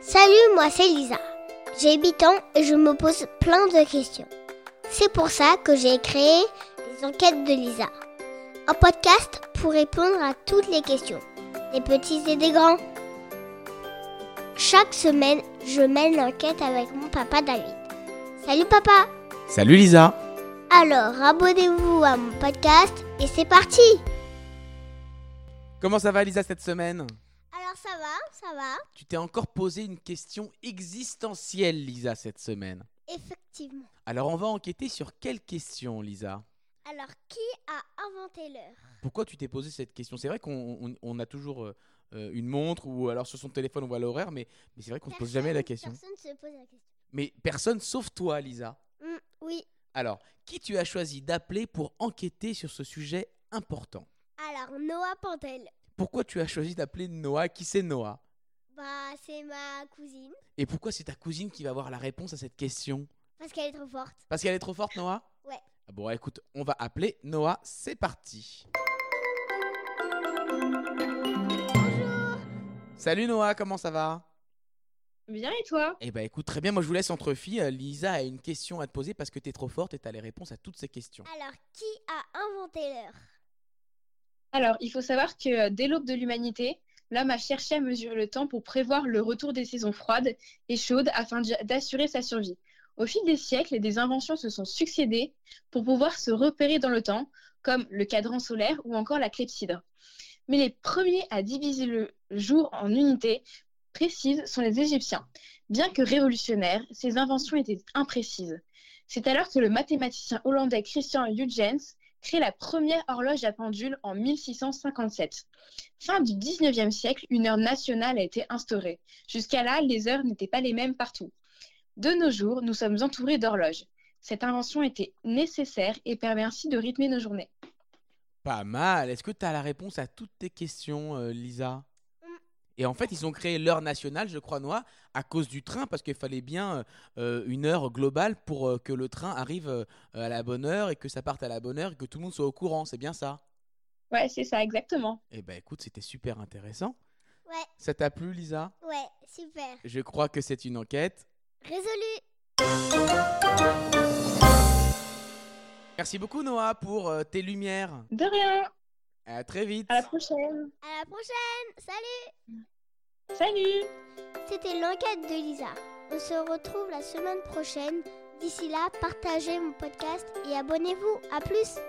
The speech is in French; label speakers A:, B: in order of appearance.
A: Salut, moi c'est Lisa. J'ai 8 ans et je me pose plein de questions. C'est pour ça que j'ai créé les enquêtes de Lisa. Un podcast pour répondre à toutes les questions, des petits et des grands. Chaque semaine, je mène l'enquête avec mon papa David. Salut papa
B: Salut Lisa
A: Alors abonnez-vous à mon podcast et c'est parti
B: Comment ça va Lisa cette semaine
A: Alors ça va, ça va,
B: Tu t'es encore posé une question existentielle Lisa cette semaine.
A: effectivement.
B: Alors on va enquêter sur quelle question Lisa
A: Alors qui a inventé l'heure
B: Pourquoi tu t'es posé cette question C'est vrai qu'on on- on a toujours euh, euh, une montre ou alors sur son téléphone on voit l'horaire mais, mais c'est vrai qu'on se pose jamais la question.
A: Personne se pose la question.
B: Mais personne sauf toi Lisa.
A: Hmm, oui,
B: Alors, qui tu as choisi d'appeler pour enquêter sur ce sujet important
A: alors Noah Pantel,
B: Pourquoi tu as choisi d'appeler Noah Qui c'est Noah
A: bah c'est ma cousine
B: Et pourquoi c'est ta cousine qui va avoir la réponse à cette question
A: parce qu'elle est trop forte.
B: Parce qu'elle est trop forte, Noah
A: Ouais.
B: Ah Bon, écoute, on va appeler Noah, c'est parti. Salut Noah, comment ça va
C: Bien et toi
B: Eh ben écoute, très bien, moi je vous laisse entre filles. Euh, Lisa a une question à te poser parce que t'es trop forte et t'as les réponses à toutes ces questions.
A: Alors qui a inventé l'heure
C: Alors, il faut savoir que euh, dès l'aube de l'humanité, l'homme a cherché à mesurer le temps pour prévoir le retour des saisons froides et chaudes afin d'y- d'assurer sa survie. Au fil des siècles, des inventions se sont succédées pour pouvoir se repérer dans le temps, comme le cadran solaire ou encore la clepsydre. Mais les premiers à diviser le jour en unités précises sont les Égyptiens. Bien que révolutionnaires, ces inventions étaient imprécises. C'est alors que le mathématicien hollandais Christian Huygens crée la première horloge à pendule en 1657. Fin du 19e siècle, une heure nationale a été instaurée. Jusqu'à là, les heures n'étaient pas les mêmes partout. De nos jours, nous sommes entourés d'horloges. Cette invention était nécessaire et permet ainsi de rythmer nos journées.
B: Pas mal, est-ce que t'as la réponse à toutes tes questions, euh, Lisa
A: Mm.
B: et en fait, ils ont créé l'heure nationale, je crois, Noah, à cause du train, parce qu'il fallait bien euh, une heure globale pour euh, que le train arrive euh, à la bonne heure et que ça parte à la bonne heure et que tout le monde soit au courant. C'est bien ça
C: Ouais, c'est ça, exactement.
B: Eh ben écoute, c'était super intéressant.
A: Ouais.
B: Ça t'a plu, Lisa
A: Ouais, super.
B: Je crois que c'est une enquête.
A: Résolu
B: Merci beaucoup, Noah, pour euh, tes lumières.
C: De rien,
B: À très vite.
C: à la prochaine.
A: À la prochaine Salut
C: Salut
A: C'était l'enquête de Lisa. On se retrouve la semaine prochaine. D'ici là, partagez mon podcast et abonnez-vous. À plus